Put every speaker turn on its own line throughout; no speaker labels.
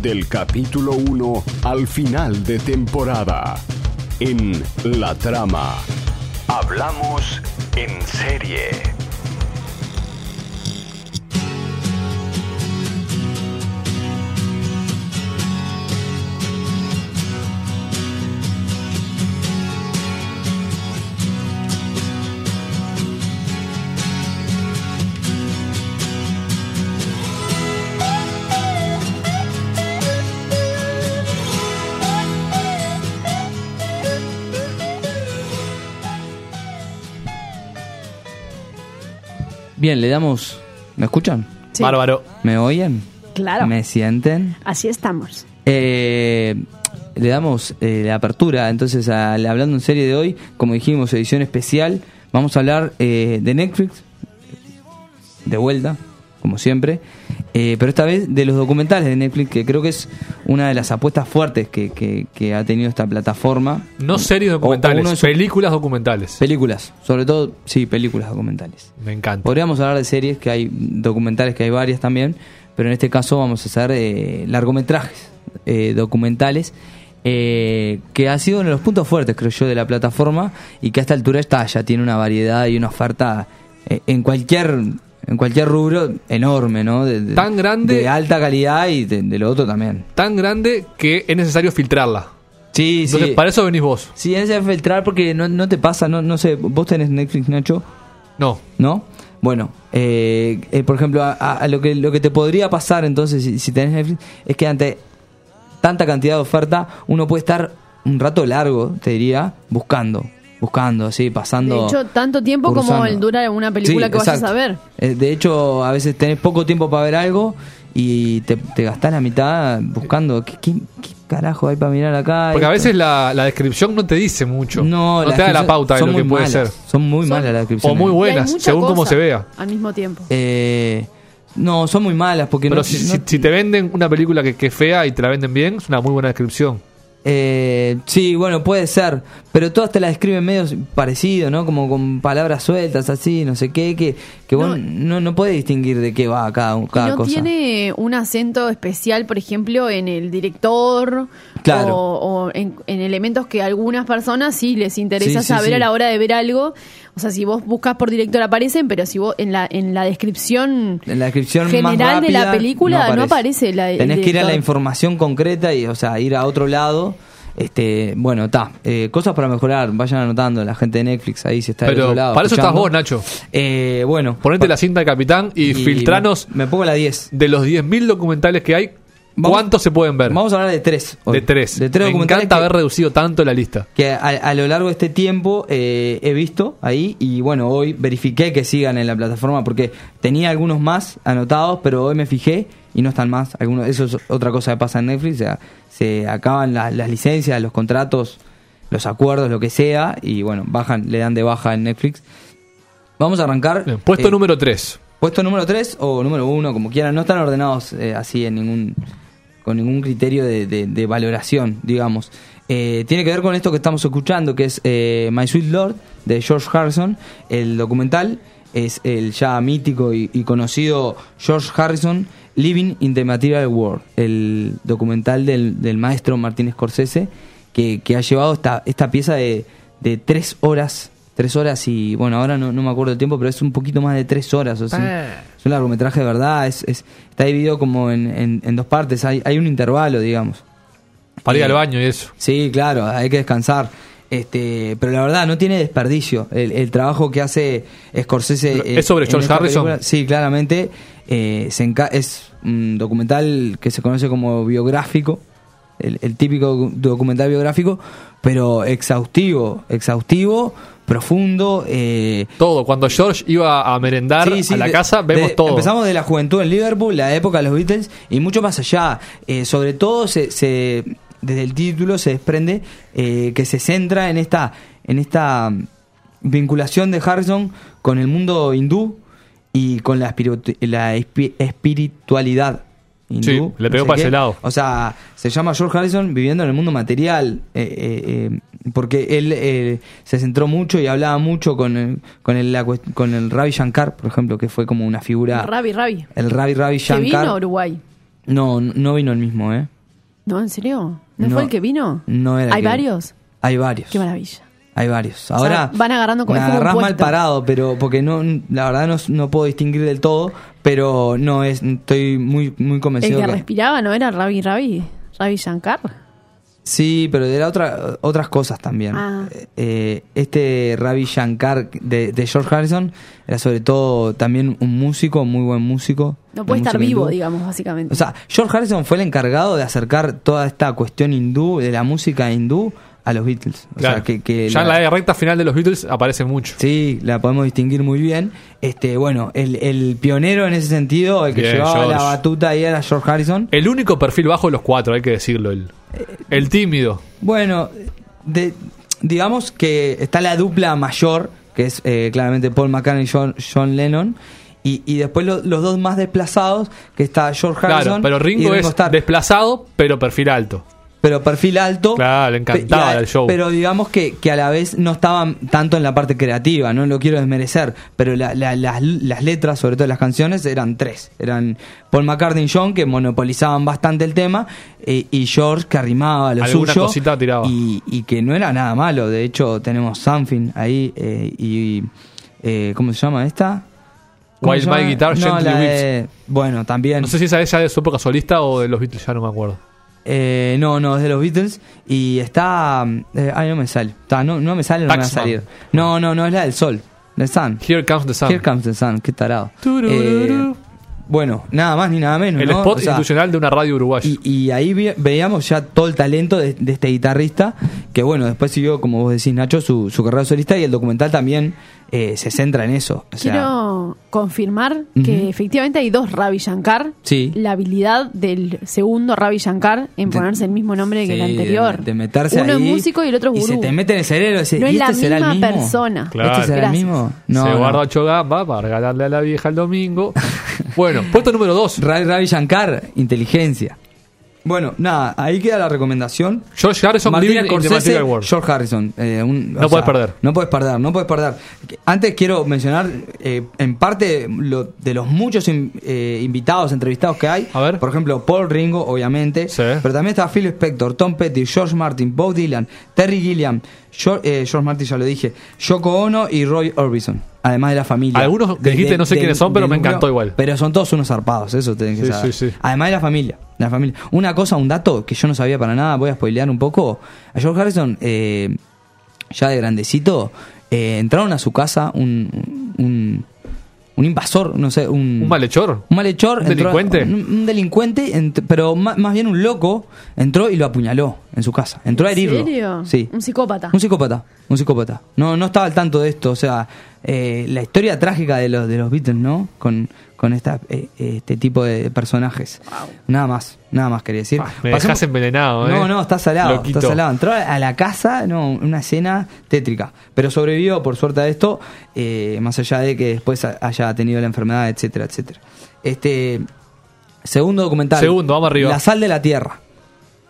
del capítulo 1 al final de temporada. En La Trama. Hablamos en serie.
Bien, le damos. ¿Me escuchan?
Sí.
Bárbaro.
¿Me oyen?
Claro.
¿Me sienten?
Así estamos.
Eh, le damos eh, la apertura, entonces, al Hablando en Serie de hoy, como dijimos, edición especial, vamos a hablar eh, de Netflix, de vuelta, como siempre, eh, pero esta vez de los documentales de Netflix, que creo que es una de las apuestas fuertes que, que- que ha tenido esta plataforma.
No series
O- o uno de
documentales,
sus-
películas documentales.
películas, sobre todo, sí, películas documentales.
Me encanta.
Podríamos hablar de series, que hay documentales, que hay varias también, pero en este caso vamos a hacer eh, largometrajes eh, documentales, eh, que ha sido uno de los puntos fuertes, creo yo, de la plataforma y que a esta altura está, ya tiene una variedad y una oferta eh, en cualquier en cualquier rubro enorme, ¿no? De- de-
Tan grande-
De alta calidad y de, de lo otro también.
Tan grande que es necesario filtrarla.
Sí,
Entonces,
sí.
para eso venís vos.
Sí, es de filtrar porque no, no te pasa, no, no sé, vos tenés Netflix, Nacho.
No.
¿no? Bueno, eh, eh, por ejemplo, a, a- a lo, que, lo que te podría pasar entonces si, si tenés Netflix es que ante tanta cantidad de oferta uno puede estar un rato largo, te diría, buscando, buscando, así, pasando.
De hecho, tanto tiempo como
cursando.
el dura una película
Sí,
que vayas
exacto.
a ver.
Eh, de hecho, a veces tenés poco tiempo para ver algo y te, te gastás la mitad buscando qué, qué- qué carajo hay para mirar acá.
Porque a
Esto.
veces la, la descripción no te dice mucho.
Ah, no, las
te da la
descripciones
pauta de
son
lo que
muy
puede
malas,
ser.
Son muy
Son-
malas las descripciones.
muy
Y hay
buenas,
mucha
según cómo
cosa
se vea.
Al mismo tiempo.
Eh, no, son muy malas porque
Pero
no,
si,
no-
si- si te venden una película que, que es fea y te la venden bien, es una muy buena descripción.
Eh, sí, bueno, puede ser, pero todas te las describen medio parecido, ¿no? Como con palabras sueltas, así, no sé qué, que, que
No.
vos no, no podés distinguir de qué va cada,
Y
cada
no
cosa.
tiene un acento especial, por ejemplo, en el director
Claro.
o, o en, en elementos que a algunas personas sí les interesa
Sí, sí,
saber
sí.
a la hora de ver algo. O sea, si vos buscas por director aparecen, pero si vos en la, en la descripción
En la descripción
general
más
de la
rápida,
película no aparece, la, el
Tenés que ir a la
director.
información concreta y, o sea, ir a otro lado. Este, bueno, está. cosas para mejorar, vayan anotando la gente de Netflix ahí si está del
Pero
otro lado.
para eso estás
escuchando.
vos, Nacho.
Eh, bueno,
Ponete
pa-
la cinta de capitán y, filtranos
Me, me pongo la 10.
de los 10.000 documentales que hay,
Vamos-
¿cuántos se pueden ver?
Vamos a hablar de tres. hoy.
de tres.
De tres
Me
documentales
encanta
que-
haber reducido tanto la lista.
que a, a lo largo de este tiempo eh, he visto ahí y bueno, hoy verifiqué que sigan en la plataforma porque tenía algunos más anotados, pero hoy me fijé y no están más. Algunos, eso es otra cosa que pasa en Netflix, o sea, se acaban la- las licencias, los contratos, los acuerdos, lo que sea, y bueno, bajan, le dan de baja en Netflix. Vamos a arrancar.
Bien, puesto
eh,
número 3.
Puesto número 3 o número 1, como quieran, no están ordenados eh, así en ningún con ningún criterio de, de- de valoración, digamos. Eh, tiene que ver con esto que estamos escuchando, que es eh, My Sweet Lord de George Harrison, el documental es el ya mítico y, y conocido George Harrison Living in the Material World, el documental del, del maestro Martín Scorsese, que, que ha llevado esta, esta pieza de, de tres horas, tres horas y bueno, ahora no, no me acuerdo el tiempo, pero es un poquito más de tres horas. O sea, es un largometraje de verdad, es, es- está dividido como en, en- en dos partes, hay, hay un intervalo, digamos.
Para ir
Eh,
al baño y eso.
Sí, claro, hay que descansar. Este, pero la verdad no tiene desperdicio el, el trabajo que hace Scorsese.
Pero,
eh,
¿es sobre
en
George
esta
Harrison?
Sí, claramente. eh, se enca- es un documental que se conoce como biográfico, el, el típico docu- documental biográfico, pero exhaustivo, exhaustivo, profundo. eh,
Todo. Cuando George iba a merendar
Sí, sí,
a la
de-
casa, vemos
de-
todo.
Empezamos de la juventud en Liverpool, la época de los Beatles y mucho más allá. Eh, sobre todo, se, se- desde el título se desprende eh, que se centra en esta, en esta mm, vinculación de Harrison con el mundo hindú y con la, espiritu- la espi- espiritualidad hindú.
Sí, le pegó para
qué.
ese lado.
O sea, se llama George Harrison viviendo en el mundo material, eh, eh, eh, porque él eh, se centró mucho y hablaba mucho con el, con el, la cuest- con el Ravi Shankar, por ejemplo, que fue como una figura...
Ravi, Ravi.
El Ravi Ravi
Que
Shankar.
vino a Uruguay.
No, no vino el mismo, ¿eh?
No, ¿en serio? ¿No,
No.
fue el que vino?
No era
¿Hay
que-
varios?
Hay varios.
Qué maravilla.
Hay varios.
sea,
Ahora
van agarrando co-
me
es como un
agarrás mal
puesto.
parado, pero porque no la verdad no, no puedo distinguir del todo, pero no es estoy muy muy
El
convencido
que
que-
respiraba no era Ravi Ravi, Ravi Shankar.
Sí, pero era otra otras cosas también.
Ah.
Eh, este Ravi Shankar de, de George Harrison era sobre todo también un músico, muy buen músico.
No puede
de
estar
música
vivo,
hindú.
digamos, básicamente.
O sea, George Harrison fue el encargado de acercar toda esta cuestión hindú, de la música hindú, a los Beatles. O sea,
Claro.
que, que
ya
la-
en la recta final de los Beatles aparece mucho.
Sí, la podemos distinguir muy bien. Este, bueno, el, el pionero en ese sentido, el que
Bien,
llevaba la
George.
batuta ahí era George Harrison.
El único perfil bajo de los cuatro, hay que decirlo. El,
Eh,
el tímido.
Bueno, de- digamos que está la dupla mayor, que es eh, claramente Paul McCartney y John, John Lennon. Y, y después lo- los dos más desplazados, que está George
Claro,
Harrison.
pero
y
Ringo es
Starr.
desplazado, pero perfil alto.
pero perfil alto.
Claro, le encantaba
Pe- y a-
el show.
Pero digamos que, que a la vez no estaban tanto en la parte creativa, no lo quiero desmerecer, pero la- la- las, las letras, sobre todo las canciones, eran tres. Eran Paul McCartney y John, que monopolizaban bastante el tema, eh, y George, que arrimaba lo
Alguna
suyo.
cosita tiraba.
Y, y que no era nada malo, de hecho tenemos Something ahí, eh, y... eh, ¿Cómo se llama esta? ¿Cómo
Wild
se llama?
My Guitar, Gently
la
Weeps.
de- Bueno, también...
No sé si esa es ya de su época solista o de los Beatles, ya no me acuerdo.
Eh, no, no, es de los Beatles. Y está. eh, ay, no me sale. Está, no, no me sale, no me va a
Taxman.
salir. No, no, no, es la del sol. Del Sun.
Here Comes the Sun.
Here comes the sun, qué tarado.
Turururu.
Eh, bueno, nada más ni nada menos.
el
¿no?
spot
O sea,
institucional de una radio uruguaya.
y, y ahí vi- veíamos ya todo el talento de, de este guitarrista, que bueno, después siguió, como vos decís, Nacho, su, su carrera solista y el documental también eh, se centra en eso. O sea,
Quiero confirmar que
Ujú.
efectivamente hay dos Ravi Shankar.
Sí.
La habilidad del segundo Ravi Shankar en
De-
ponerse el mismo nombre que el
sí, de-
anterior.
De, meterse
Uno
ahí.
es músico y el otro es
Y se
gurú.
te mete en el cerebro. ese,
no
¿y
es la
este será el
misma
mismo?
persona.
Claro.
¿Este será el
Gracias.
mismo? No,
Se
no.
guarda ocho gambas para regalarle a la vieja el domingo. bueno, puesto número dos.
Ra- Ravi Shankar, inteligencia. Bueno, nada, ahí queda la recomendación.
George Harrison,
Martin
Living in the
Scorsese,
Material World.
George Harrison. eh, un-
No
o
podés perder.
No puedes perder, no puedes perder. Antes quiero mencionar, eh, en parte, lo- de los muchos in- eh, invitados, entrevistados que hay.
A ver.
Por ejemplo, Paul Ringo, obviamente.
Sí.
Pero también está Phil Spector, Tom Petty, George Martin, Bob Dylan, Terry Gilliam, George, eh, George Martin ya lo dije, Yoko Ono y Roy Orbison. Además de la familia.
Algunos que
De-
dijiste
de-
no sé
del-
quiénes son, pero
del
me
núcleo,
encantó igual.
Pero son todos unos zarpados, eso tienen que
Sí,
saber.
sí, sí.
Además de la familia, la familia. Una cosa, un dato que yo no sabía para nada, voy a spoilear un poco. A George Harrison, eh, ya de grandecito, eh, entraron a su casa un, un, un invasor, no sé, un...
Un malhechor.
Un malhechor.
¿Un
entró-
delincuente?
Un, un delincuente, ent- pero ma- más, bien un loco, entró y lo apuñaló en su casa. Entró a
¿En
herirlo.
serio?
Sí.
Un psicópata.
Un psicópata, un psicópata. No, no estaba al tanto de esto, o sea, eh, la historia trágica de los, de los Beatles, ¿no? Con, con esta, eh, este tipo de personajes. Nada más, nada más quería decir.
Ah, me
Pasemos-
dejás envenenado, ¿eh?
No, no, está salado,
Loquito.
está salado. Entró a la casa, no, una escena tétrica. Pero sobrevivió, por suerte, a esto, eh, más allá de que después ha- haya tenido la enfermedad, etcétera, etcétera. Este, segundo documental.
Segundo, vamos arriba.
La sal de la tierra.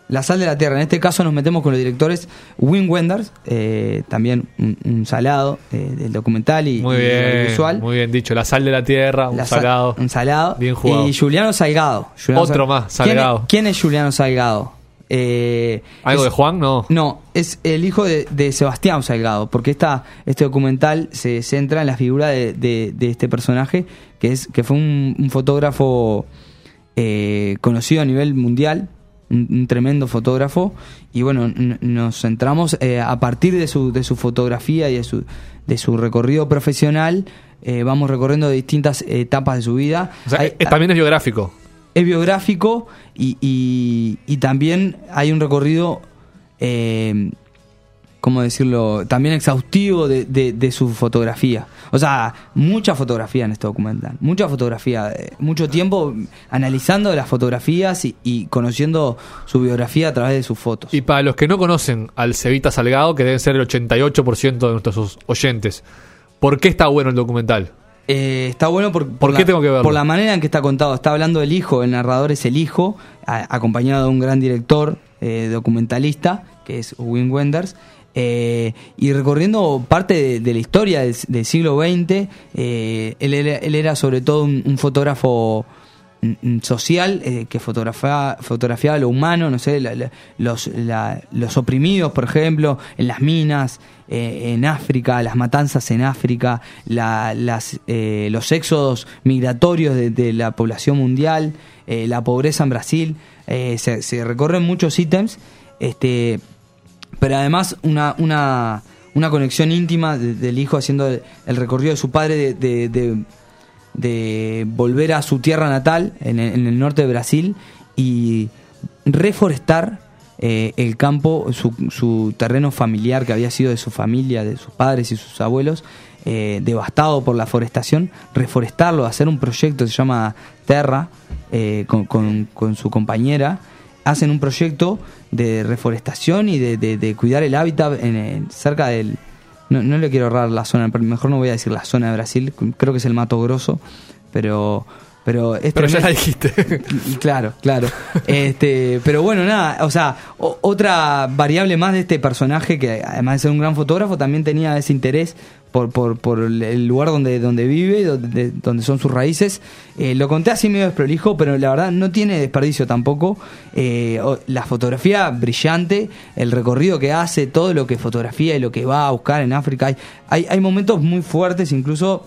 La sal de la tierra. En este caso nos metemos con los directores Wim Wenders, eh, también un, un salado eh, del documental y,
Muy
y del
bien.
audiovisual.
Muy bien dicho. La sal de la tierra, un
La sal-
salado.
un salado.
Bien jugado.
Y Juliano Salgado. Juliano
Otro más, Salgado.
¿Quién es, quién es Juliano Salgado? Eh,
¿Algo
es-
de Juan? No.
No, es el hijo de, de Sebastián Salgado, porque esta, este documental se centra en la figura de, de- de este personaje, que, es, que fue un, un fotógrafo eh, conocido a nivel mundial, un, un tremendo fotógrafo, y bueno, n- nos centramos eh, a partir de su, de su fotografía y de su, de su recorrido profesional, eh, vamos recorriendo distintas etapas de su vida.
O sea,
Hay-
es- también es biográfico.
es biográfico y, y- y también hay un recorrido, eh, ¿cómo decirlo? También exhaustivo de, de- de su fotografía. O sea, mucha fotografía en este documental, mucha fotografía, eh, mucho tiempo analizando las fotografías y, y conociendo su biografía a través de sus fotos.
Y para los que no conocen al Cevita Salgado, que deben ser el 88% de nuestros oyentes, ¿por qué está bueno el documental?
Eh, está bueno por, por,
qué tengo que verlo?
por la manera en que está contado. Está hablando el hijo, el narrador es el hijo, a- acompañado de un gran director eh, documentalista, que es Wim Wenders, eh, y recorriendo parte de, de la historia del, del siglo XX. eh, él, era- él era sobre todo un, un fotógrafo mm, mm, social eh, que fotografa- fotografiaba lo humano, no sé, la- la- los, la- los oprimidos, por ejemplo, en las minas, eh, en África, las matanzas en África, la- las, eh, los éxodos migratorios de, de la población mundial, eh, la pobreza en Brasil, eh, se, se recorren muchos ítems. Este, pero además una, una, una conexión íntima de- del hijo haciendo el, el recorrido de su padre de, de- de- de volver a su tierra natal en el, en el norte de Brasil y reforestar eh, el campo, su, su terreno familiar que había sido de su familia, de sus padres y sus abuelos, eh, devastado por la forestación, reforestarlo, hacer un proyecto, se llama Terra, eh, con- con- con su compañera hacen un proyecto de reforestación y de, de- de cuidar el hábitat en, en- cerca del... No, no le quiero ahorrar la zona, pero mejor no voy a decir la zona de Brasil, creo que es el Mato Grosso, pero... Pero, es
Pero ya
tremendo.
la dijiste.
Claro, claro. Este, pero bueno, nada, o sea, o- otra variable más de este personaje que además de ser un gran fotógrafo, también tenía ese interés por, por, por el- el lugar donde, donde vive, donde, donde son sus raíces. Eh, lo conté así medio desprolijo, pero la verdad no tiene desperdicio tampoco. Eh, o- la fotografía brillante, el recorrido que hace, todo lo que fotografía y lo que va a buscar en África. Hay, hay, hay momentos muy fuertes, incluso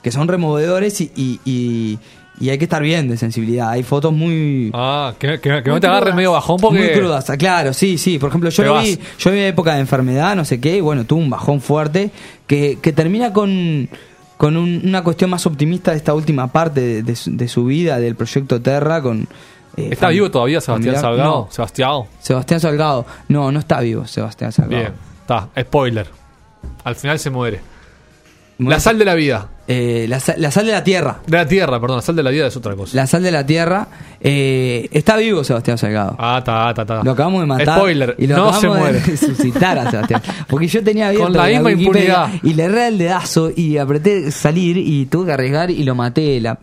que son removedores y, y, y- y hay que estar bien de sensibilidad. Hay fotos muy...
Ah, que, que- que no
Muy
te agarres
crudas.
medio bajón porque.
Muy crudas, Ah, claro, sí, sí. Por ejemplo, yo
Te
lo
vas.
vi, yo vi época de enfermedad, no sé qué, y bueno, tuvo un bajón fuerte que, que termina con, con un- una cuestión más optimista de esta última parte de, de su- de su vida, del proyecto Terra, con... eh,
¿Está
fami-
vivo todavía Sebastián
familiar-
Salgado?
No,
Sebastián.
Sebastián Salgado. No, no está vivo Sebastián Salgado.
Bien, está, spoiler. Al final se muere.
Bueno,
La sal de la vida.
eh, la sa- la sal de la tierra.
De la tierra, perdón, la sal de la vida es otra cosa.
La sal de la tierra. eh, está vivo Sebastián Salgado.
Ah, está, está, está.
Lo acabamos de matar.
Spoiler,
Y lo
no
acabamos
se muere.
de resucitar a Sebastián. Porque yo tenía abierto
Con la misma
Wikipedia
impunidad.
Y le erré el dedazo y apreté salir y tuve que arriesgar y lo maté. La...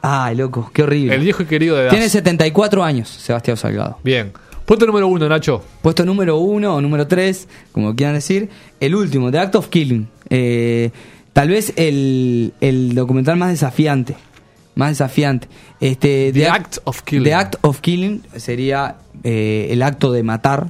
Ay, loco, qué horrible.
El viejo y querido de edad.
Tiene 74 años, Sebastián Salgado.
Bien. Punto número uno, Nacho.
Puesto número uno o número tres, como quieran decir. El último, The Act of Killing. Eh, tal vez el, el documental más desafiante. Más desafiante. Este,
The Act of Killing.
The Act of Killing sería eh, el acto de matar.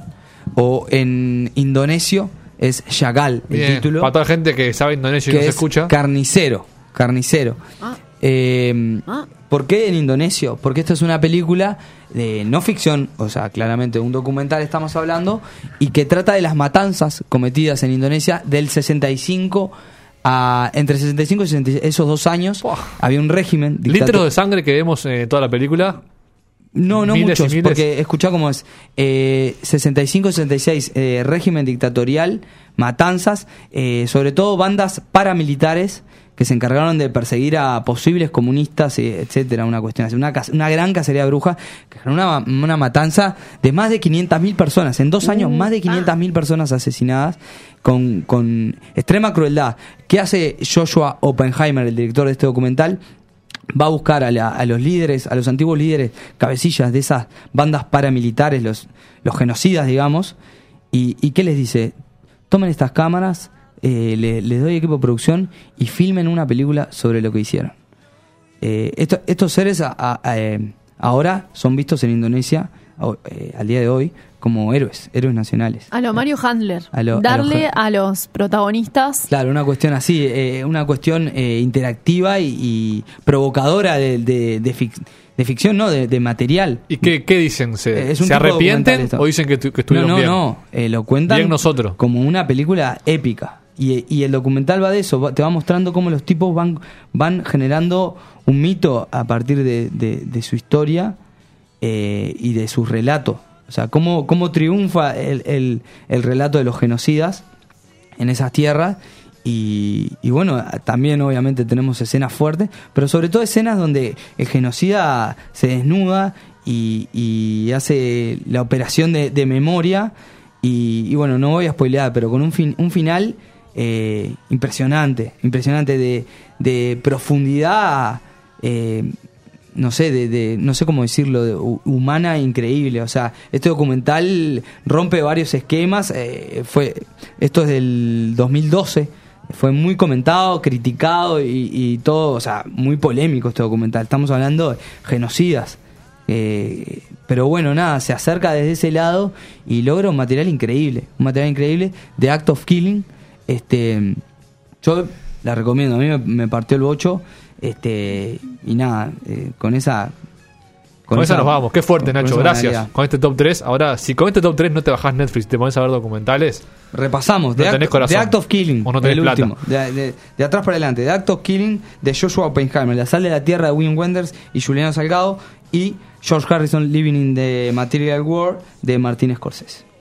O en indonesio es Yagal, el
Bien.
título.
Para toda la gente que sabe indonesio y
que
no se
es
escucha.
Carnicero. Carnicero.
Ah.
Eh,
Ah.
¿Por qué en indonesio? Porque esta es una película de no ficción, o sea, claramente un documental estamos hablando, y que trata de las matanzas cometidas en Indonesia del 65 a. entre 65 y 66, esos dos años.
Buah.
Había un régimen.
Litros
dictato-
de sangre que vemos en toda la película.
no, no
Miles y
muchos,
miles.
porque escuchá cómo es. Eh, 65-66, eh, régimen dictatorial, matanzas, eh, sobre todo bandas paramilitares que se encargaron de perseguir a posibles comunistas, eh, etcétera, una cuestión así. Una, cas- una gran cacería de brujas, que generó una, una matanza de más de 500.000 personas. En dos años, más de 500.000 personas asesinadas con, con extrema crueldad. ¿Qué hace Joshua Oppenheimer, el director de este documental? va a buscar a, la- a los líderes, a los antiguos líderes, cabecillas de esas bandas paramilitares, los, los genocidas, digamos, y, y ¿qué les dice? Tomen estas cámaras, eh, le- les doy equipo de producción y filmen una película sobre lo que hicieron. Eh, esto- estos seres a- a- a, eh, ahora son vistos en Indonesia o- eh, al día de hoy como héroes, héroes nacionales.
A lo Mario Handler.
A lo- a lo
Darle
Handler.
a, los protagonistas.
Claro, una cuestión así, eh, una cuestión eh, interactiva y, y provocadora de, de- de fic- de ficción, no, de, de material.
¿Y qué, qué dicen? ¿Se,
Eh, es un
¿se
tipo documental
arrepienten
esto.
o dicen que, tu- que estuvieron
no, no,
bien?
No, eh, lo cuentan
Bien nosotros.
como una película épica. Y, y el documental va de eso, va- te va mostrando cómo los tipos van, van generando un mito a partir de, de- de su historia eh, y de sus relatos. O sea, cómo, cómo triunfa el, el- el relato de los genocidas en esas tierras. Y, y bueno, también obviamente tenemos escenas fuertes, pero sobre todo escenas donde el genocida se desnuda y, y hace la operación de, de memoria. Y, y bueno, no voy a spoilear, pero con un, fin, un final eh, impresionante, impresionante de, de profundidad. eh, no sé, de, de- no sé cómo decirlo, de hu- humana e increíble. O sea, este documental rompe varios esquemas. eh, fue, esto es del 2012, Fue muy comentado, criticado y, y todo, o sea, muy polémico este documental. Estamos hablando de genocidas. Eh, pero bueno, nada, se acerca desde ese lado y logra un material increíble. Un material increíble de Act of Killing. Este, yo la recomiendo, a mí me, me partió el bocho. Este, y nada, eh, con esa.
Con, eso nos vamos. Qué fuerte,
con- con
Nacho.
esa
Gracias.
banalidad.
Con este top 3. Ahora, si con este top 3 no te bajás Netflix y te pones a ver documentales,
Repasamos.
No
de,
tenés
Act,
corazón.
de Act of Killing.
O no tenés
el
plata.
último. De, de- de atrás para adelante. De Act of Killing de Joshua Oppenheimer. La sal de la tierra de Wim Wenders y Juliano Salgado. Y George Harrison Living in the Material World de Martin Scorsese.